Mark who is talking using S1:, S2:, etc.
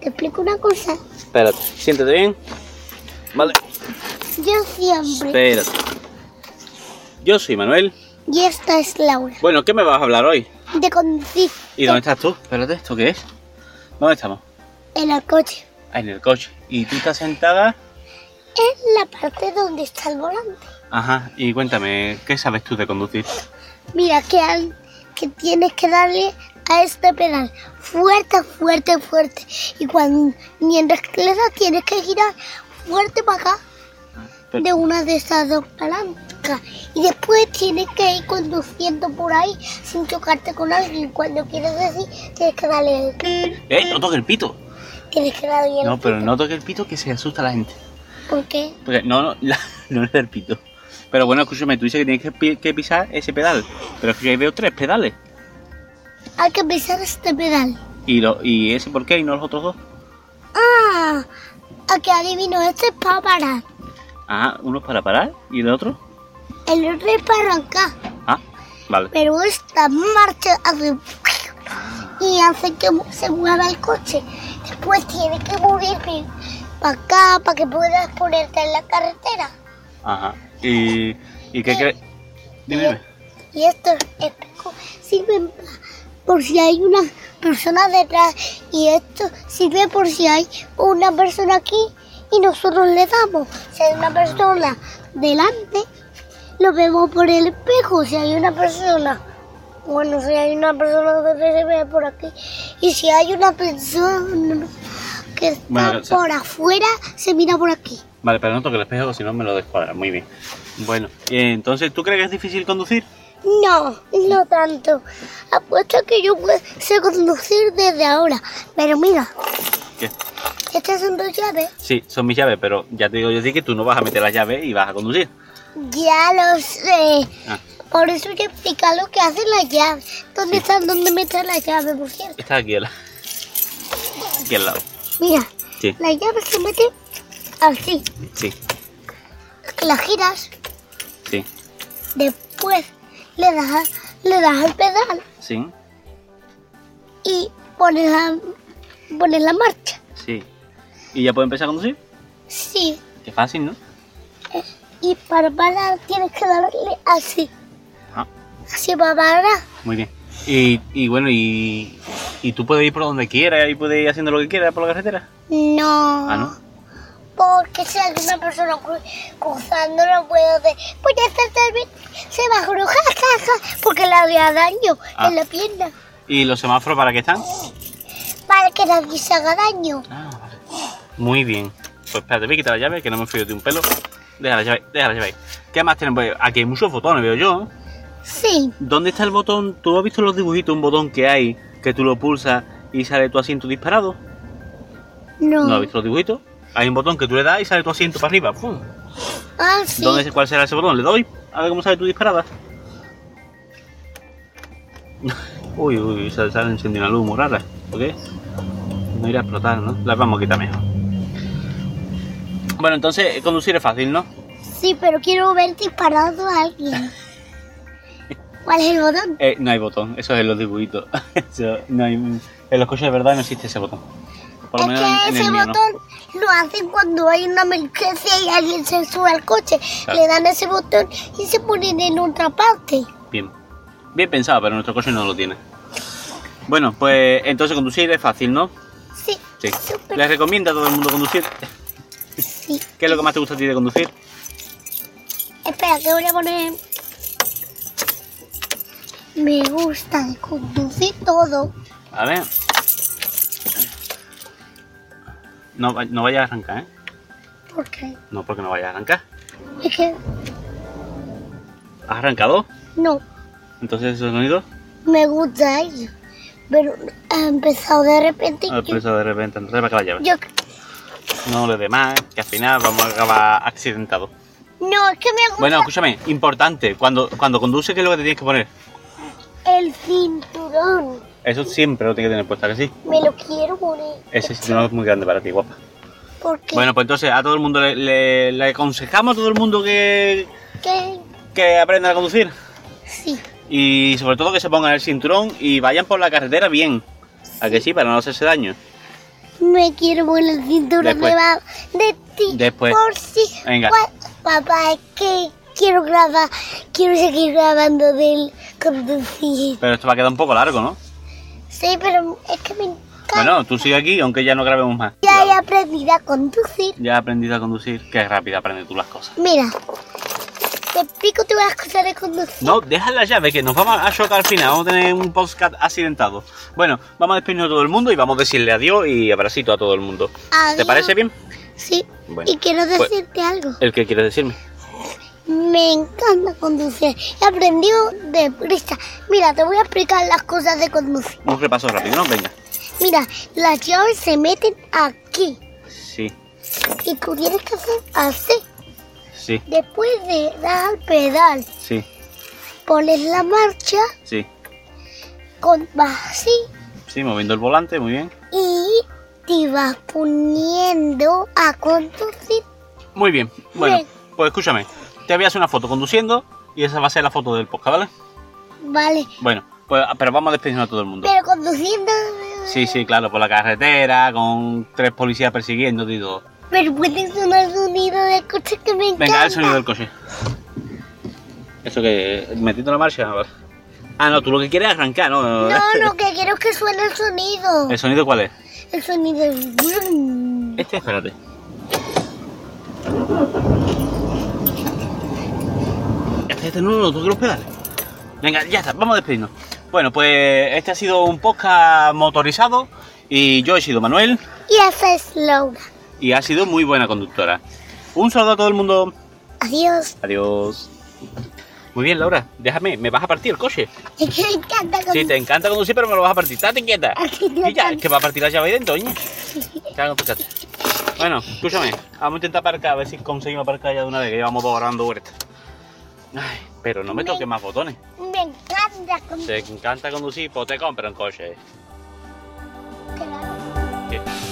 S1: Te explico una cosa.
S2: Espérate, siéntate bien. Vale,
S1: Yo siempre.
S2: espérate. Yo soy Manuel.
S1: Y esta es Laura.
S2: Bueno, ¿qué me vas a hablar hoy?
S1: De conducir
S2: ¿Y dónde estás tú? Espérate, ¿esto qué es? ¿Dónde estamos?
S1: en el coche.
S2: Ah, en el coche. ¿Y tú estás sentada?
S1: En la parte donde está el volante.
S2: Ajá, y cuéntame, ¿qué sabes tú de conducir?
S1: Mira que, al- que tienes que darle a este pedal. Fuerte, fuerte, fuerte. Y cuando mientras que le das tienes que girar fuerte para acá
S2: Pero-
S1: de una de esas dos palancas. Y después tienes que ir conduciendo por ahí sin chocarte con alguien. Cuando quieres decir, tienes que darle el
S2: ¡Eh! ¡No toques el pito!
S1: Tienes que darle el
S2: No, pero no toques el pito que se asusta la gente.
S1: ¿Por qué?
S2: Porque no, no, la- no es el pito. Pero bueno, escúchame, tú dices que tienes que, pi- que pisar ese pedal. Pero es que ahí veo tres pedales.
S1: Hay que pisar este pedal.
S2: ¿Y, lo, ¿Y ese por qué y no los otros dos?
S1: ¡Ah! A que adivino, este es para parar.
S2: Ajá, Ah, uno es para parar y el otro.
S1: El otro es para arrancar.
S2: Ah, vale.
S1: Pero esta marcha hace... Y hace que se mueva el coche. Después tiene que moverme para acá, para que puedas ponerte en la carretera.
S2: Ajá. ¿Y, y qué crees? Dime, dime.
S1: Y estos espejos sirven pa- por si hay una persona detrás. Y esto sirve por si hay una persona aquí y nosotros le damos. Si hay una persona delante, lo vemos por el espejo. Si hay una persona, bueno, si hay una persona detrás, se ve por aquí. Y si hay una persona que está
S2: Bueno, o sea-
S1: por afuera, se mira por aquí.
S2: Vale, pero no toques el espejo, si no me lo descuadra. Muy bien. Bueno, y entonces, ¿tú crees que es difícil conducir?
S1: No, no tanto. Apuesto que yo pue- sé conducir desde ahora. Pero mira, este
S2: ¿Qué?
S1: estas son dos llaves.
S2: Sí, son mis llaves, pero ya te digo yo a ti que tú no vas a meter las llaves y vas a conducir.
S1: Ya lo sé.
S2: Ah,
S1: Por eso hay que explicar lo que hacen las llaves. ¿Dónde
S2: Sí.
S1: están? ¿Dónde meten las llaves, por cierto?
S2: está aquí al, aquí al lado.
S1: Mira,
S2: Sí,
S1: las llaves se meten así.
S2: sí,
S1: Las giras,
S2: sí,
S1: después le das, le das al pedal
S2: sí,
S1: y pones la, pones la marcha.
S2: sí. ¿Y ya puedo empezar a conducir?
S1: Sí.
S2: Qué fácil, ¿no?
S1: Y para parar tienes que darle así.
S2: Ah,
S1: Así para parar.
S2: muy bien. Y, y bueno, y, y tú puedes ir por donde quieras y puedes ir haciendo lo que quieras por la carretera.
S1: No.
S2: Ah, ¿no?
S1: Porque si alguna persona cru- cruzando no puede hacer. Pues ya está, tal vez se va a juro, ja, ja, ja, porque le haría daño
S2: Ah.
S1: en la pierna.
S2: ¿Y los semáforos para qué están?
S1: Para que nadie se haga daño.
S2: Ah, vale. Muy bien. Pues espérate, voy a quitar la llave, que no me fío de un pelo. Deja la llave, deja la llave ahí. ¿Qué más tenemos? Pues Aquí hay muchos botones, veo yo. ¿eh?
S1: Sí.
S2: ¿Dónde está el botón? ¿Tú has visto los dibujitos? Un botón que hay, que tú lo pulsas y sale tu asiento disparado.
S1: No.
S2: ¿No has visto los dibujitos? Hay un botón que tú le das y sale tu asiento para arriba. ¡Pum!
S1: Ah, sí.
S2: ¿Dónde, ¿Cuál será ese botón? ¿Le doy? A ver cómo sale tu disparada. uy, uy, se se ha encendido una luz muy rara. ¿Por qué? No irá a explotar, ¿no? La vamos a quitar mejor. Bueno, entonces conducir es fácil, ¿no?
S1: Sí, pero quiero ver disparado a alguien. ¿Cuál es el botón?
S2: Eh, no hay botón, eso es en los dibujitos. Eso, no hay- en los coches de verdad no existe ese botón. Por lo
S1: es
S2: menos
S1: que
S2: en, en
S1: ese
S2: el mío, ¿no?
S1: botón lo hacen cuando hay una emergencia y alguien se sube al coche.
S2: Claro.
S1: Le dan ese botón y se ponen en otra parte.
S2: Bien. Bien pensado, pero nuestro coche no lo tiene. Bueno, pues entonces conducir es fácil, ¿no?
S1: Sí.
S2: Sí.
S1: súper
S2: Les recomiendo a todo el mundo conducir.
S1: sí.
S2: ¿Qué es lo que más te gusta a ti de conducir?
S1: Espera, que voy a poner. Me gusta de conducir todo.
S2: A ver. No, va- no vaya a arrancar, ¿eh?
S1: Porque
S2: No, porque no vaya a arrancar.
S1: es que.
S2: ¿Has arrancado?
S1: No,
S2: Entonces esos sonidos.
S1: me gusta eso. Pero ha empezado de repente. y
S2: Ah, pero eso de repente. Entonces va a acabar la llave.
S1: yo,
S2: No le dé más, que al final vamos a acabar accidentados.
S1: yo- no, es que me gusta
S2: Bueno, escúchame, importante. Cuando, cuando conduces, ¿qué es lo que te tienes que poner?
S1: el cinturón.
S2: Eso siempre lo tienes que tener puesto, ¿a que sí.
S1: Me lo quiero poner.
S2: Ese cinturón es muy grande para ti, guapa.
S1: Porque.
S2: Bueno, pues entonces a todo el mundo le, le- le aconsejamos a todo el mundo que,
S1: que-
S2: que aprenda a conducir.
S1: sí.
S2: Y sobre todo que se pongan el cinturón y vayan por la carretera bien. ¿A que sí? Para no hacerse daño.
S1: Me quiero por la cintura
S2: Después.
S1: nevada de ti.
S2: Después.
S1: Por si.
S2: Venga.
S1: cual- Papá, es que quiero grabar. Quiero seguir grabando del conducir.
S2: Pero esto va a quedar un poco largo, ¿no?
S1: Sí, pero es que me encanta.
S2: Bueno, tú sigue aquí, aunque ya no grabemos más.
S1: Ya he aprendido a conducir.
S2: Ya he aprendido a conducir. Qué rápida aprendes tú las cosas.
S1: Mira, te explico todas las cosas de conducir.
S2: No, deja la llave, que nos vamos a chocar al final. Vamos a tener un podcast accidentado. Bueno, vamos a despedirnos de todo el mundo y vamos a decirle adiós y abracito a todo el mundo. ¿Te
S1: Adiós.
S2: parece bien?
S1: Sí.
S2: Bueno,
S1: y quiero
S2: pues-
S1: decirte algo.
S2: ¿El que quieres decirme?
S1: Me encanta conducir. He aprendido de prisa. Mira, te voy a explicar las cosas de conducir.
S2: Un repaso rápido, ¿no? Venga.
S1: Mira, las llaves se meten aquí.
S2: Sí,
S1: Y tú tienes que hacer así.
S2: sí,
S1: Después de dar al pedal,
S2: sí,
S1: pones la marcha
S2: sí.
S1: con vas así
S2: Sí, moviendo el volante, muy bien.
S1: y te vas poniendo a conducir.
S2: Muy bien. Bueno,
S1: Bien.
S2: pues escúchame. Te voy a hacer una foto conduciendo y esa va a ser la foto del podcast, ¿vale?
S1: Vale.
S2: Bueno, pues pero vamos a despedirnos a todo el mundo.
S1: Pero conduciendo.
S2: Sí, sí, claro, por la carretera, con tres policías persiguiéndote y todo.
S1: Pero puede sonar sonido de coche que me encanta.
S2: Venga, el sonido del coche. ¿Eso que ¿Metiendo la marcha? Ah, no, tú lo que quieres es arrancar, ¿no?
S1: No, lo que quiero es que suene el sonido.
S2: ¿El sonido cuál es?
S1: El sonido es... brum.
S2: Este, espérate. Este, este, no, no, no, tú que los pedales. Venga, ya está, vamos a despedirnos. Bueno, pues este ha sido un podcast motorizado y yo he sido Manuel
S1: Y esa es Laura.
S2: y ha sido muy buena conductora. Un saludo a todo el mundo.
S1: Adiós.
S2: Adiós. Muy bien, Laura, déjame, me vas a partir el coche.
S1: Es que me encanta
S2: Sí, te encanta conducir, pero me lo vas a partir. Estate quieta.
S1: A ti te
S2: Y ya,
S1: encanta.
S2: es que va a partir la llave ahí dentro, oye. Claro, fíjate. Bueno, escúchame. Vamos a intentar aparcar, a ver si conseguimos aparcar ya de una vez, que llevamos dos horas dando vueltas. Ay, pero no me toques más botones.
S1: Me encanta conducir.
S2: Te encanta conducir, pues te compra un coche. ¿Qué?